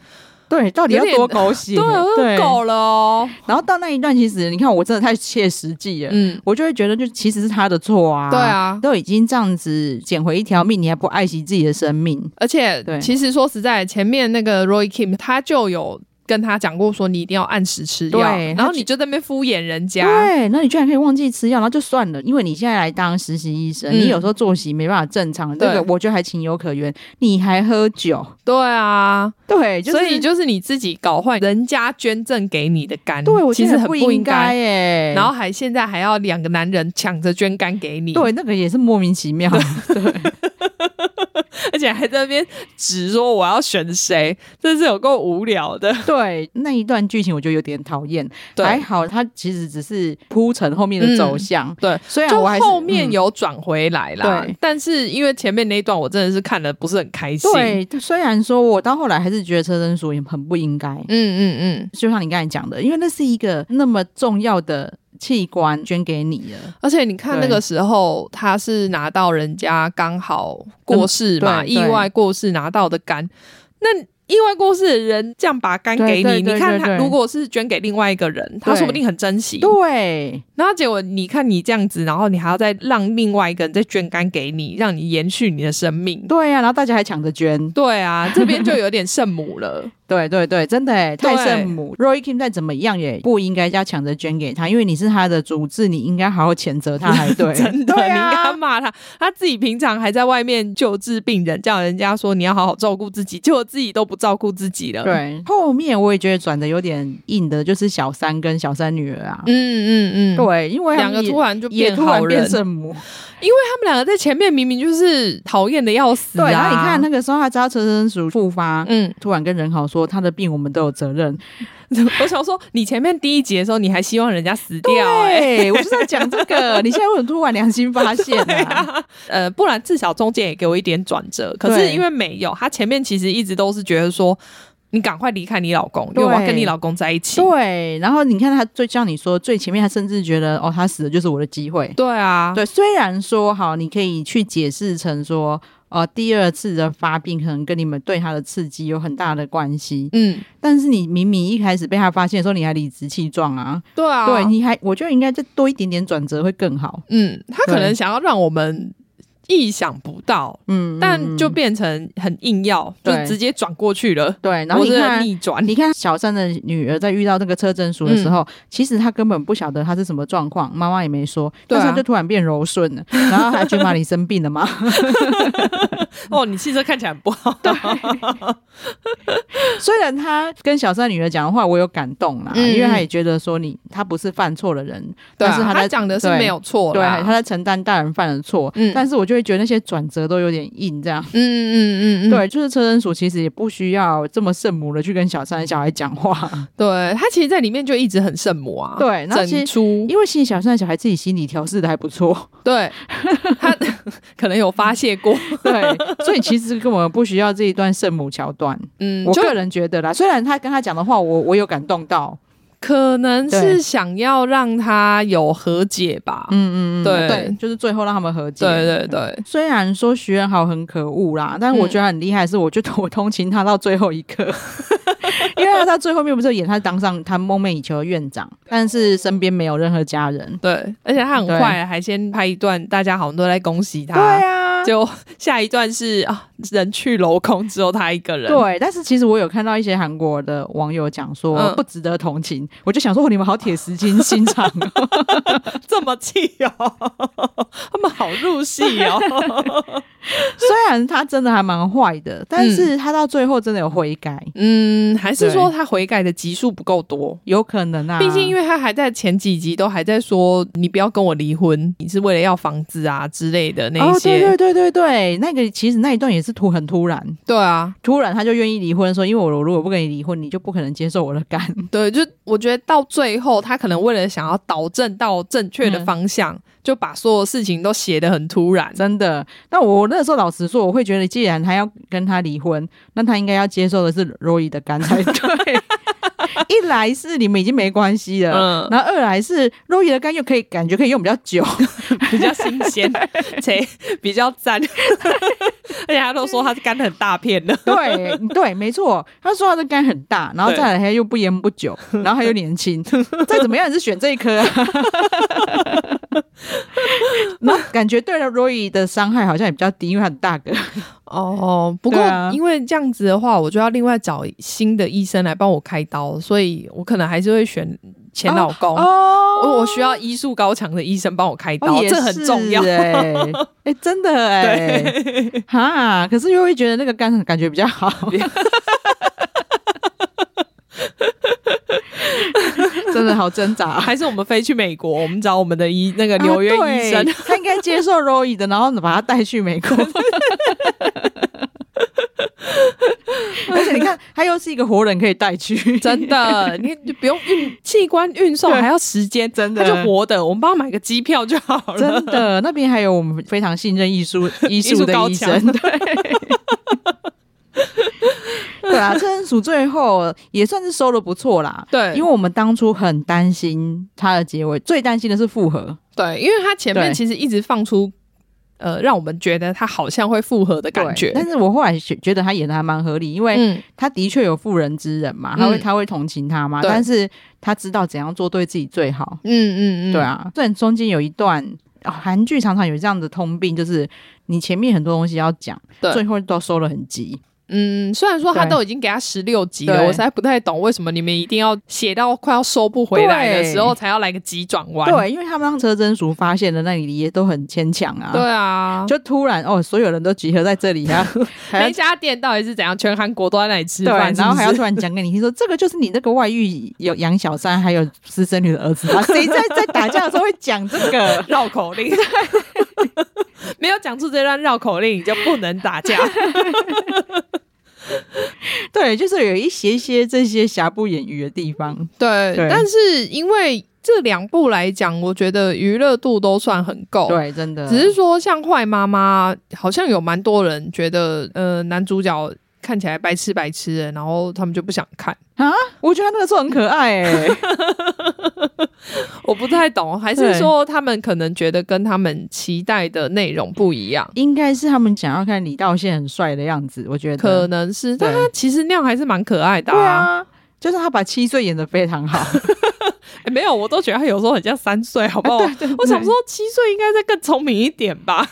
B: 对，到底要
C: 有点
B: 多狗
C: [laughs]
B: 血？
C: 对，我有狗了哦。
B: 然后到那一段，其实你看我真的太切实际了，
C: 嗯，
B: 我就会觉得，就其实是他的错啊，
C: 对，啊。
B: 都已经这样子捡回一条命，你还不爱惜自己的生命，
C: 而且
B: 对
C: 其实说实在，前面那个 Roy Kim 他就有跟他讲过，说你一定要按时吃药，
B: 对
C: 然后你就在那边敷衍人家。
B: 对，那你居然可以忘记吃药，然后就算了，因为你现在来当实习医生，
C: 嗯
B: 你有时候作息没办法正常，这
C: 对
B: 个我觉得还情有可原，你还喝酒，
C: 对啊，
B: 对，就是、
C: 所以就是你自己搞坏人家捐赠给你的肝，
B: 对我
C: 其
B: 觉
C: 实
B: 得
C: 很
B: 不
C: 应
B: 应该欸耶，
C: 然后还现在还要两个男人抢着捐肝给你，
B: 对，那个也是莫名其妙，对
C: 而且还在那边指说我要选谁，真是有够无聊的。
B: [laughs] 对那一段剧情，我就有点讨厌。还好它其实只是铺陈后面的走向。
C: 对，
B: 虽然
C: 就
B: 我还是
C: 后面
B: 嗯
C: 有转回来啦，
B: 对
C: 但是因为前面那一段我真的是看的不是很开心。
B: 对，虽然说我到后来还是觉得车贞淑也很不应该，
C: 嗯嗯嗯，
B: 就像你刚才讲的，因为那是一个那么重要的器官捐给你了，
C: 而且你看那个时候，他是拿到人家刚好过世嘛，
B: 嗯对
C: 意
B: 对
C: 外过世拿到的肝，那意外过世的人这样把肝给
B: 对对
C: 你，
B: 对
C: 你看
B: 对
C: 他
B: 对
C: 如果是捐给另外一个人，他
B: 对
C: 说不定很珍惜。
B: 对，
C: 然后结果你看你这样子，然后你还要再让另外一个人再捐肝给你，让你延续你的生命。
B: 对啊呀、然后大家还抢着捐，
C: 对啊，这边就有点圣母
B: [laughs]
C: 了。
B: 对对对，真的欸太
C: 对
B: 圣母。Roy Kim 再怎么样也不应该要抢着捐给他，因为你是他的主治，你应该好好谴责他才 [laughs] 对。
C: 真的，
B: 对
C: 你应该
B: 啊，
C: 骂他。他自己平常还在外面救治病人，叫人家说你要好好照顾自己，结果自己都不照顾自己了。，
B: 对。后面我也觉得转的有点硬的，就是小三跟小三女儿啊，
C: 嗯嗯嗯，
B: 对，因为他
C: 两
B: 们
C: 个
B: 也
C: 突然就
B: 也
C: 变
B: 突
C: 好
B: 然
C: 人，
B: 变圣母。
C: 他们两个在前面明明就是讨厌的要死、啊。
B: 对，然后你看那个时候，他知道车身属复发，
C: 嗯， [laughs]
B: 突然跟任豪说他的病我们都有责任。
C: 我想说，你前面第一集的时候，你还希望人家死掉、欸，
B: 对，我就在讲这
C: [laughs]
B: 个。你现在为什么突然良心发现呢、啊？
C: 呃，不然至少中间也给我一点转折。可是
B: 对
C: 因为没有，他前面其实一直都是觉得说，你赶快离开你老公，因为我要
B: 对
C: 跟你老公在一起。
B: 对，然后你看他最像你说最前面，他甚至觉得哦，他死了就是我的机会。
C: 对啊，
B: 对，虽然说好，你可以去解释成说，呃，第二次的发病可能跟你们对他的刺激有很大的关系，
C: 嗯，
B: 但是你明明一开始被他发现的时候，你还理直气壮啊，
C: 对啊，
B: 对，你还我觉得应该再多一点点转折会更好，
C: 嗯，他可
B: 对
C: 能想要让我们意想不到，
B: 嗯，
C: 但
B: 嗯
C: 就
B: 嗯
C: 变成很硬要，就
B: 对
C: 直接转过去了。
B: 对，然后
C: 我
B: 你
C: 是
B: 看。啊
C: 逆转，
B: 你看小三的女儿在遇到那个车震鼠的时
C: 嗯
B: 候，其实她根本不晓得她是什么状况，妈妈也没说，
C: 对啊
B: 但是她就突然变柔顺了，然后还去骂你生病
C: [laughs]
B: 了吗？
C: 哦，你汽车看起来很不好。
B: 虽然她跟小三女儿讲的话，我有感动啦，
C: 嗯
B: 因为她也觉得说你她不是犯错的人，
C: 对
B: 但
C: 啊，
B: 是
C: 他
B: 在
C: 讲的是
B: 对
C: 没有错
B: 对，
C: 啦。
B: 她在承担大人犯的错，
C: 嗯
B: 但是我就会觉得那些转折都有点硬，这样。
C: 嗯嗯嗯嗯，
B: 对，就是车震鼠其实也不需要这么圣母的去跟小三小孩讲话， [laughs]
C: 对，他其实在里面就一直很圣母啊。
B: 对然后其
C: 整
B: 实
C: 出
B: 因为其实小三小孩自己心理调试的还不错。
C: 对他 [laughs] 可能有发泄
B: [laughs]
C: 过，
B: 对，所以其实根本不需要这一段圣母桥段。
C: 嗯，
B: 我
C: 就
B: 个人觉得啦，虽然他跟他讲的话，我我有感动到，
C: 可能是
B: 对
C: 想要让他有和解吧。
B: 嗯嗯
C: 嗯
B: 对，就是最后让他们和解。嗯
C: 对对。对，
B: 虽然说徐元豪很可恶啦，但我觉得他很厉害的是，我觉得我同情他到最后一刻， [laughs] 因为他到最后面不是有演他当上他梦寐以求的院长，但是身边没有任何家人。
C: 对，而且他很
B: 对
C: 坏，还先拍一段，大家好像都在恭喜他。
B: 对啊，
C: 就下一段是啊，人去楼空，只有他一个人。
B: 对，但是其实我有看到一些韩国的网友讲说、
C: 嗯
B: 不值得同情，我就想说哦你们好铁石心心肠
C: [laughs]
B: 哦
C: 这么气哦， [laughs] 他们好入戏哦。
B: 虽然他真的还蛮坏的，但是他到最后真的有悔改，
C: 嗯，还是说他悔改的集数不够多？
B: 有可能啊。
C: 毕竟，因
B: 为
C: 为他还在前几集都还在说你不要跟我离婚，你是为了要房子啊之类的那一
B: 哦，对
C: 些。
B: 对对对对，那个其实那一段也是突很突然，
C: 对啊，
B: 突然他就愿意离婚，说因为我如果不跟你离婚，你就不可能接受我的肝。
C: 对，就我觉得到最后，他可能为了想要导正到正确的
B: 嗯
C: 方向，就把所有事情都写得很突然。
B: 真的，但我那时候老实说，我会觉得既然他要跟他离婚，那他应该要接受的是罗伊的肝才 [laughs] 对。一来是你们已经没关系了。
C: 嗯，
B: 然后二来是罗伊的肝又可以感觉可以用比较久， [laughs]
C: 比较新鲜，且比较赞， [laughs] 而且他都说他干得很大片的，
B: 对对，没错，他说他的肝很大，然后
C: 对
B: 再来他又不烟不
C: [laughs]
B: 酒，然后他又年轻，再怎么样也是选这一颗、啊。 [laughs] 那感觉对了罗伊的伤害好像也比较低，因为他很大个。
C: 哦，不过、
B: 对啊
C: 因为这样子的话，我就要另外找新的医生来帮我开刀，所以我可能还是会选前老公。
B: 哦
C: 我我需要医术高强的医生帮我开刀，
B: 哦，也
C: 这很重要。
B: 是哎、
C: [laughs]
B: 哎、真的哎、哈，可是又会觉得那个肝感觉比较好， [laughs] 真的好挣扎、
C: 还是我们飞去美国，我们找我们 [laughs] 的医那个纽约
B: 啊
C: [laughs] 医生， [laughs]
B: 对他应该接受 Roy 的，然后把他带去美国。而且你看，他又是一个活人可以带去，
C: 真的，你你不用运器官运送，
B: 对
C: 还要时间，
B: 真的
C: 他就活的，我们帮他买个机票就好了。 [laughs]
B: 真的，那边还有我们非常信任艺术医术的
C: 高
B: 医
C: 强 [laughs]
B: 生，对。
C: [laughs]
B: 对啊，这人鼠最后也算是收的不错啦。
C: 对
B: 因为我们当初很担心他的结尾，最担心的是复合。
C: 对，因为他前面
B: 对
C: 其实一直放出，呃，让我们觉得他好像会复合的感觉
B: 对。但是我后来觉觉得他演的还蛮合理，因为
C: 嗯，
B: 他的确有妇人之仁嘛，他会
C: 嗯
B: 他会同情他嘛，
C: 对
B: 但是他知道怎样做对自己最好。
C: 嗯嗯嗯，
B: 对，啊，虽然中间有一段哦韩剧常常有这样的通病，就是你前面很多东西要讲，
C: 对
B: 最后都收的很急。
C: 嗯，虽然说他
B: 对
C: 都已经给他十六集了，
B: 对
C: 我实在不太懂为什么你们一定要写到快要收不回来的
B: 对
C: 时候才要来个急转弯。
B: 对，因为他们让车真淑发现的那里也都很牵强啊。
C: 对。啊，
B: 就突然哦，所有人都集合在这里
C: [laughs]
B: 啊，还要
C: 那家店到底是怎样？全韩国都在那里吃
B: 对，
C: 饭，
B: 然后还要
C: 是
B: 突然讲给你听说，这个就是你那个外遇有养小三，还有私生女的儿 [laughs] 子啊，谁在在打架的时候会讲这个？
C: 不是绕口令， [laughs] 没有讲出这段绕口令，你就不能打架。
B: 对，就是有一些些这些瑕不掩瑜的地方。
C: 对，
B: [laughs] 对
C: 但是因为这两部来讲，我觉得娱乐度都算很够。。
B: 对，真的，
C: 只是说，像坏妈妈，好像有蛮多人觉得，呃，男主角看起来白痴白痴的，然后他们就不想看。
B: 啊，我觉得他那个时候很可爱哎、 [laughs]
C: 我不太懂，还是
B: 对
C: 说他们可能觉得跟他们期待的内容不一样？
B: 应该是他们想要看李道宪很帅的样子，我觉得
C: 可能是，
B: 对
C: 但他其实那样还是蛮可爱的、
B: 对，啊，就是他把七岁演的非常 [laughs] 好，
C: 诶没有，我都觉得他有时候很像三岁，好不好？我想说，七岁应该再更聪明一点吧。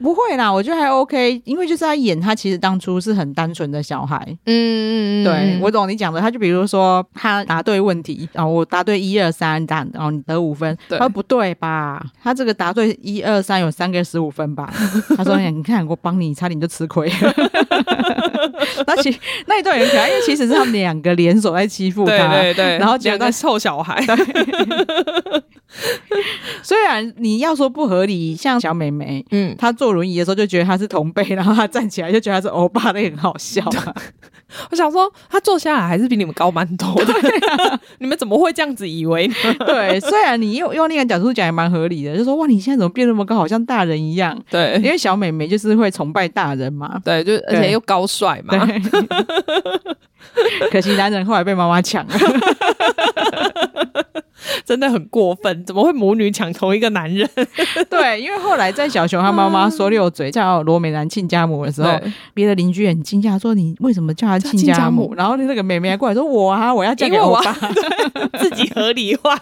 B: 不会啦，我觉得还 OK，因为就是他演他其实当初是很单纯的小孩。
C: 嗯
B: 对，我懂你讲的。他就比如说，他答对问题，然后我答对一二三，答，然后你得五分。
C: 对
B: 他说不对吧？他这个答对一二三有三个十五
C: [laughs]
B: 分吧？他说哎你看我帮你，差点就吃亏。 [laughs] 那其那一段也很可爱，因为其实是他们两个联手在欺负他。
C: 对对对，
B: 然后觉
C: 两
B: 得
C: 个臭小孩， [laughs]
B: 虽然你要说不合理，像小美眉。
C: 嗯，
B: 她坐轮椅的时候就觉得她是同辈，然后她站起来就觉得她是欧巴，那也很好笑、
C: [laughs]
B: 啊。
C: 我想说，他坐下来还是比你们高蛮多的， [laughs] 你们怎么会这样子以为呢？
B: 对，虽然你用用那个角度讲也蛮合理的，就说哇，你现在怎么变那么高，好像大人一样？因
C: [laughs] 对
B: 为小美眉就是会崇拜大人嘛。
C: 对，就而且又高帅嘛，
B: 对，可惜男人后来被妈妈抢
C: [laughs]
B: 了。
C: [laughs] 真的很过分，怎么会母女抢同一个男人？
B: 对，因为后来在小熊他妈妈说六嘴叫罗美兰亲家母的时
C: 哦
B: 候，别的邻居很惊讶说：“你为什么叫她亲
C: 叫亲
B: 家
C: 家
B: 母
C: 母？”
B: 然后那个美眉还过来说：“我啊，我要嫁
C: 因
B: 给
C: 为
B: 我
C: 我
B: 爸。
C: [laughs] 自己合理 [laughs] 化，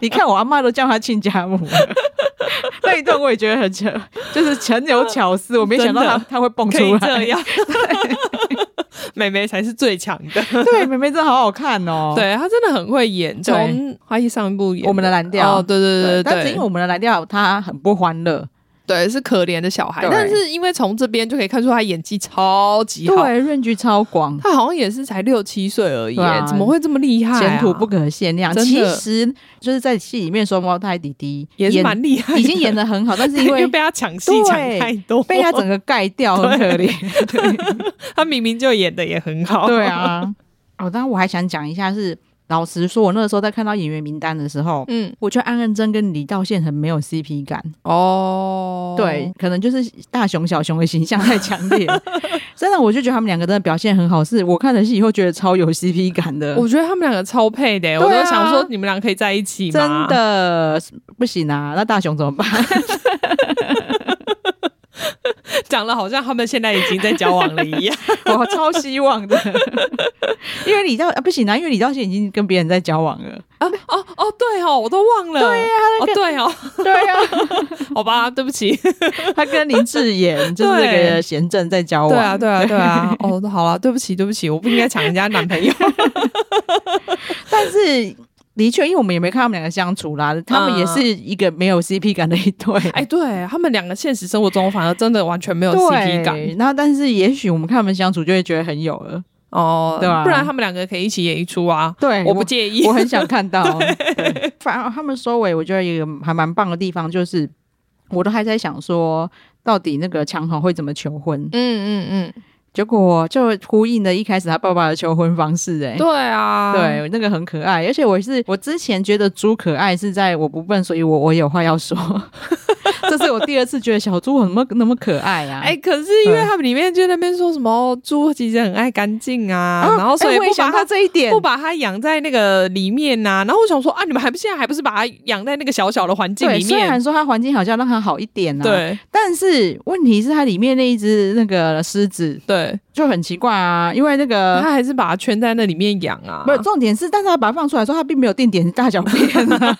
B: 你看我阿妈都叫她亲
C: [laughs]
B: 家母了。那一段我也觉得很巧，就是很有巧思。我没想到她
C: 真的
B: 她会蹦
C: 可
B: 出
C: 以
B: 来
C: 这。 [laughs] 样， [laughs] 妹妹才是最强 [laughs] 的。
B: 对，妹妹真的好好看哦。
C: [laughs] 对她真的很会演，
B: 对
C: 从花艺上一部演
B: 我们的蓝调
C: 哦，对对对
B: 但是因为
C: 对
B: 我们的蓝调它很不欢乐，
C: 对是可怜的小孩，
B: 对
C: 但是因为从这边就可以看出她演技超级好，
B: 对，润菊超广，
C: 她好像也是才六七岁而已
B: 对啊
C: 耶，怎么会这么厉害啊？
B: 前途不可限量。
C: 真的
B: 其实就是在戏里面双胞胎弟弟
C: 也是
B: 演
C: 蛮厉害的，
B: [laughs] 已经演的很好，但
C: [laughs]
B: 是
C: 对
B: 因
C: 因为
B: 为
C: 被他抢戏抢太多，
B: 被他整个盖掉，很可怜。
C: [laughs] 他明明就演的也很好，
B: 对，
C: [laughs]
B: 啊，哦，当然我还想讲一下是，老实说，我那个时候在看到演员名单的时候。
C: 嗯，
B: 我觉得安恩真跟李道宪很没有 CP 感，
C: 哦，
B: 对，可能就是大熊小熊的形象太强
C: [laughs]
B: 烈了。真的，我就觉得他们两个真的表现很好，是我看了戏以后觉得超有 CP 感的。
C: 我觉得他们两个超配的耶，
B: 对
C: 我
B: 啊
C: 都想说你们俩可以在一起
B: 真
C: 吗？
B: 的不行啊！那大雄怎么办？
C: [laughs] 讲的好像他们现在已经在交往了一 [laughs] 样，
B: [laughs] 我超希望的， [laughs] 因为李道啊不行啊，因为李道宪已经跟别人在交往了。
C: 哦哦，对哦，我都忘了，对呀，哦对哦，
B: 对啊，
C: [laughs] 好吧， [laughs] 对不啊起，
B: [laughs] 他跟林志妍就是那个贤正在交往。
C: 对啊，对啊，对 [laughs] 啊，哦，好了，对不起，对不起，我不应该抢人家男朋 [laughs] 友，
B: 但是的确，因为我们也没看他们两个相处啦，他们也是一个没有 CP 感的一对。
C: 哎，对他们两个现实生活中反而真的完全没有 CP 感，
B: 对，那但是也许我们看他们相处就会觉得很有了。
C: 哦，
B: 对啊
C: 不然他们两个可以一起演一出啊，
B: 对
C: 我不介意，
B: 我很想看到。 [laughs] 对反而他们收尾，我觉得有一个还蛮棒的地方，就是我都还在想说，到底那个强豪会怎么求婚？
C: 嗯嗯嗯，
B: 结果就呼应了一开始他爸爸的求婚方式、欸，哎，
C: 对啊，，
B: 对，那个很可爱，而且我是我之前觉得猪可爱是在我不笨，所以我我有话要说。 [laughs] 这是我第二次觉得小猪怎么那么可爱啊！
C: 哎、可是因为他们里面就在那边说什么哦猪其实很爱干净啊，然后所以
B: 哎
C: 不
B: 我也
C: 把
B: 想
C: 它
B: 到这一点，
C: 不把它养在那个里面呐、然后我想说啊，你们还不现在还不是把它养在那个小小的环境
B: 对，
C: 里
B: 虽
C: 面
B: 然？说它环境好像让它好一点啊，，
C: 对
B: 但是问题是它里面那一只那个狮子
C: 对，
B: 就很奇怪啊，因为那个。
C: 他还是把它圈在那里面养啊。
B: 不是重点是，但是它把它放出来说，它并没有定点大
C: [laughs]
B: 小便、啊，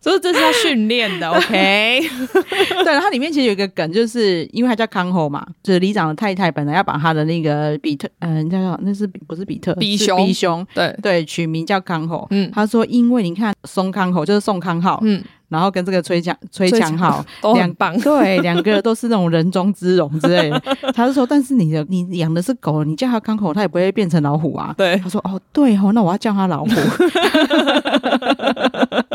C: 所以这是要训练
B: [laughs]
C: 的，OK？ [laughs]
B: 对，它里面其实有一个梗，就是因为它叫康侯嘛，就是里长的太太本来要把他的那个比特，嗯、叫叫那是比不是比特
C: 比
B: 是
C: 熊
B: 比熊，
C: 对，
B: 对，取名叫康侯。
C: 嗯
B: 他说因为你看宋康侯就是宋康昊，
C: 嗯，
B: 然后跟这个崔
C: [laughs]
B: 强崔强昊。
C: 都
B: 两
C: 很棒。
B: 对，两个都是那种人中之龙之类的。 [laughs] 他就说，但是你的你养的是狗，你叫它康口，它也不会变成老虎啊。 [laughs]
C: 对
B: 他说，哦，对哦，那我要叫
C: [laughs]
B: 它老虎。 [laughs]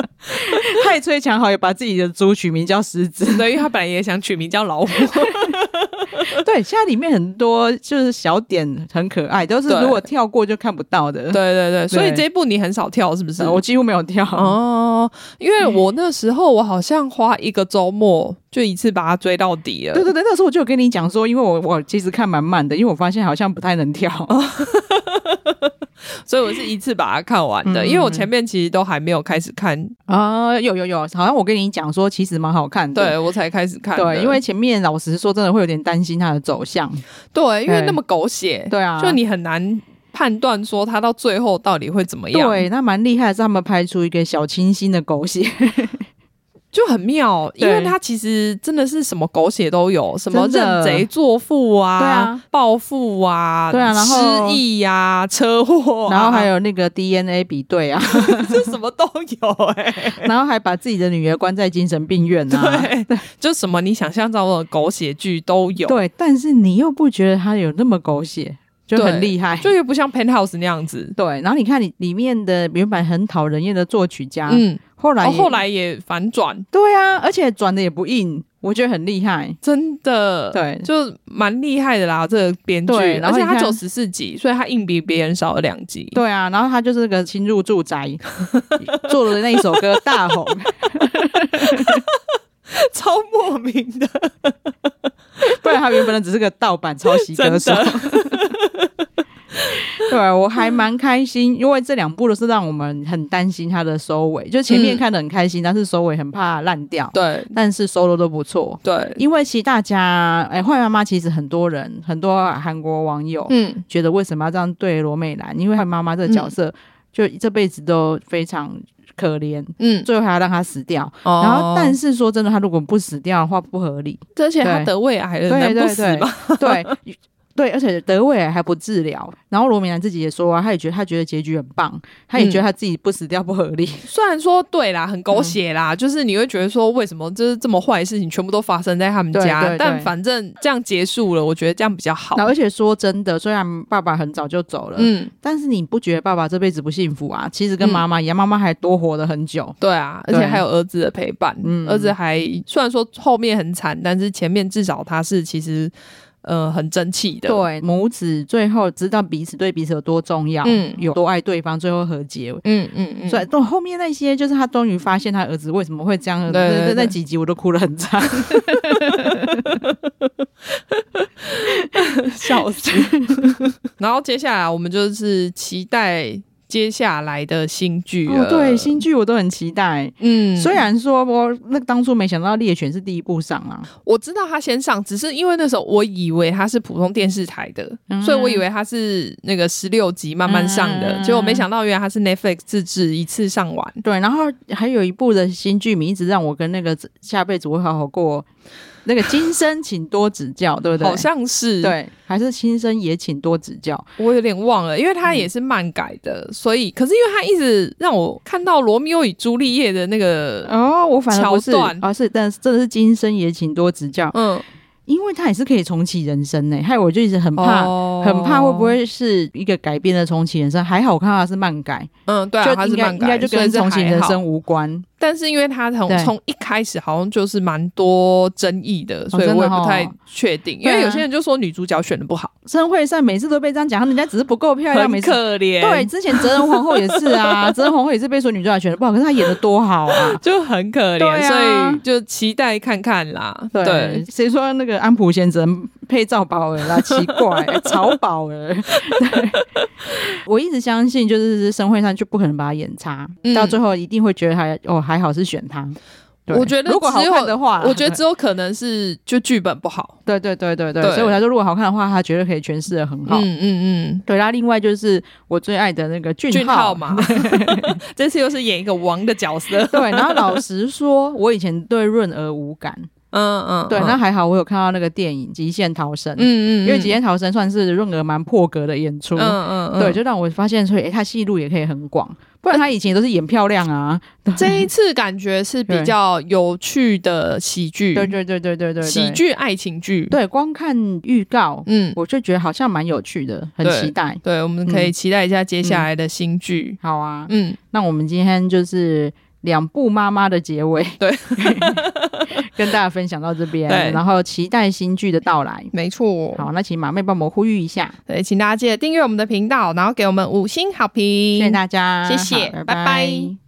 B: 太崔强好也把自己的猪取名叫狮子，
C: 对，因为他本来也想取名叫
B: [laughs]
C: 老虎， [laughs]
B: 对，现在里面很多就是小点很可爱，都是
C: 对
B: 如果跳过就看不到的。
C: 对
B: [laughs]
C: 对对，所以
B: 对
C: 这一部你很少跳，是不是？
B: 呃，我几乎没有跳。
C: 哦，因为
B: 嗯
C: 我那时候我好像花一个周末就一次把它追到底了。
B: [laughs] 对对对，那时候我就有跟你讲说，因为我我其实看蛮慢的，因为我发现好像不太
C: [laughs]
B: 能跳。
C: 哦所以我是一次把它看完的，
B: 嗯
C: 因为我前面其实都还没有开始看，
B: 啊、有有有，好像我跟你讲说，其实蛮好看的。
C: 对我才开始看的。
B: 对，因为前面老实说，真的会有点担心它的走向。
C: 对，因为
B: 对
C: 那么狗血，
B: 对啊，
C: 就你很难判断说它到最后到底会怎么样，
B: 对，那蛮厉害的是他们拍出一个小清新的狗血，
C: 就很妙。因
B: 对
C: 为它其实真的是什么狗血都有，什么
B: 真的
C: 认贼作父啊，
B: 对啊，
C: 报复啊，
B: 对啊然后
C: 失忆呀、车祸、啊
B: 然后还。有那个 DNA 比对
C: [laughs]
B: 啊，
C: 这什么都有 [laughs] 哎、
B: 然后还把自己的女儿关在精神病院啊。
C: 对，就什么你想象到的狗血剧都有，
B: 对，但是你又不觉得它有那么狗血，就
C: 对
B: 很厉害。
C: 就又不像 Penthouse 那样子，
B: 对，然后你看你里面的原本很讨人厌的作曲家，
C: 嗯，
B: 哦后来
C: 然
B: 也、
C: 后后来也反转，
B: 对啊，而且转的也不硬，我觉得很厉害。
C: 真的，
B: 对
C: 就蛮厉害的啦，这个编剧，
B: 对然
C: 而
B: 后
C: 且
B: 你
C: 他
B: 看
C: 走十四集，所以他硬比别人少了两集。
B: 对啊，然后他就是个侵入住宅 [laughs] 做的那一首歌大红，
C: [laughs]
B: [laughs]
C: 超莫名的，
B: 不然他原本只是个盗版抄袭歌手
C: 真。
B: [laughs] 对啊，我还蛮开心，因为这两部都是让我们很担心它的收尾，就前面
C: 嗯
B: 看的很开心，但是收尾很怕烂掉。
C: 对
B: 但是收的都不错，
C: 对，
B: 因为其实大家，哎、坏妈妈其实很多人，很多韩国网友、
C: 嗯，
B: 觉得为什么要这样对罗美兰？因为坏妈妈这个角色、就这辈子都非常可怜，
C: 嗯，
B: 最后还要让她死掉。
C: 哦
B: 然后，但是说真的，她如果不死掉的话，不合理。
C: 而且他
B: 对
C: 得胃癌了，
B: 对
C: 能呃不
B: 对
C: 死吗？
B: 对对。 [laughs] 对，而且德伟还不治疗，然后罗美兰自己也说啊，她也觉得她觉得结局很棒，她也觉
C: 嗯
B: 得她自己不死掉不合理。
C: 虽然说对啦，很狗血
B: 嗯
C: 啦，就是你会觉得说，为什么就是这么坏的事情全部都发生在他们
B: 对
C: 家？
B: 对对
C: 但反正这样结束了，我觉得这样比较好
B: 然。后，而且说真的，虽然爸爸很早就走了，
C: 嗯，
B: 但是你不觉得爸爸这辈子不幸福啊？其实跟妈妈一样，妈妈还多活了很久。
C: 对啊，而
B: 对
C: 且还有儿子的陪伴，
B: 嗯
C: 儿子还虽然说后面很惨，但是前面至少他是其实呃很争气的，
B: 对，母子最后知道彼此对彼此有多重要，
C: 嗯
B: 有多爱对方，最后和解。
C: 嗯嗯嗯，
B: 所以到后面那些，就是他终于发现他儿子为什么会这样，
C: 对对
B: 那
C: 对
B: 那几集我都哭得很惨。
C: [laughs] 笑死。然后接下来我们就是期待接下来的新剧了、
B: 哦，对，新剧我都很期待。
C: 嗯，
B: 虽然说我那当初没想到猎犬是第一部上啊，
C: 我知道他先上，只是因为那时候我以为他是普通电视台的，
B: 嗯
C: 所以我以为他是那个十六集慢慢上的，
B: 嗯
C: 结果没想到原来他是 Netflix 自制一次上完。
B: 对，然后还有一部的新剧名一直让我跟那个下辈子我会好好过，哦那个今生请多指教，对不对？
C: 好像是，，
B: 对，还是今生也请多指教。
C: 我有点忘了，因为
B: 嗯
C: 他也是漫改的，所以可是因为他一直让我看到罗密欧与朱丽叶的那个，
B: 哦，我反而不是
C: 桥段
B: 啊，是，但是真的是今生也请多指教，
C: 嗯，哦
B: 因为他也是可以重启人生呢、害我就一直很怕。很怕会不？会是一个改编的重启人生？还好我看到它是漫改，
C: 嗯，对啊，他
B: 就应
C: 是
B: 该
C: 漫
B: 应
C: 改，
B: 该就
C: 所以
B: 跟
C: 是
B: 重启
C: 还
B: 人
C: 好
B: 生无关。
C: 但是因为他从
B: 对
C: 从一开始好像就是蛮多争议的，所以
B: 真的
C: 我也不
B: 哦
C: 太确定。因
B: 对
C: 为
B: 啊
C: 有些人就说女主角选的不好，
B: 申惠善每次都被这样讲，人家只是不够漂亮，啊每
C: 很
B: 次
C: 可怜，
B: 对，，之前哲人皇后也是啊，哲人皇后也是被说女主角选的不好，可是她演的多好啊。
C: 就很可怜，
B: 对啊
C: 所以就期待看看啦。对，
B: 对，谁说那个安普先生配赵宝儿啦？奇怪， [laughs] 曹宝儿。 [laughs] 对，我一直相信，就是申惠善就不可能把她演差，
C: 嗯
B: 到最后一定会觉得还哦还好是选她。对
C: 我觉得
B: 如果好
C: 只有
B: 看的话啦，
C: 我觉得只有可能是就剧本不好。
B: 对对对对对，
C: 对
B: 所以我才说如果好看的话，她绝对可以诠释的很好。
C: 嗯嗯
B: 对啦，另外就是我最爱的那个俊
C: 嗯，
B: 浩
C: 俊浩嘛， [laughs] 这次又是演一个王的角 [laughs] 色。
B: 对，然后老实说，我以前对润儿无感，
C: 嗯嗯，
B: 对，
C: 嗯
B: 那还好，我有看到那个电影《极限逃生》，
C: 嗯嗯，
B: 因为《极
C: 天
B: 限逃生》算是润儿蛮破格的演出，
C: 嗯嗯嗯，
B: 对，就让我发现说，诶，他戏路也可以很广，不然他以前也都是演漂亮啊，
C: 这一次感觉是比
B: 对
C: 较有趣的喜剧，
B: 对对对对对对，
C: 嗯
B: 对
C: 喜，剧爱情剧，
B: 对，光看预告
C: 嗯，
B: 我就觉得好像蛮有趣的，很
C: 对
B: 期待。
C: 对，我们可以
B: 嗯
C: 期待一下接下来的新剧。
B: 好啊，
C: 嗯，
B: 那我们今天就是。两部妈妈的结尾，
C: 对，
B: [laughs] 跟大家分享到这边
C: 对，嗯
B: 然后期待新剧的到来。
C: 没错。
B: 好，那请马妹帮我们呼吁一下，
C: 对，请大家记得订阅我们的频道，然后给我们五星好评。
B: 谢谢大家，
C: 谢谢
B: 好拜
C: 拜拜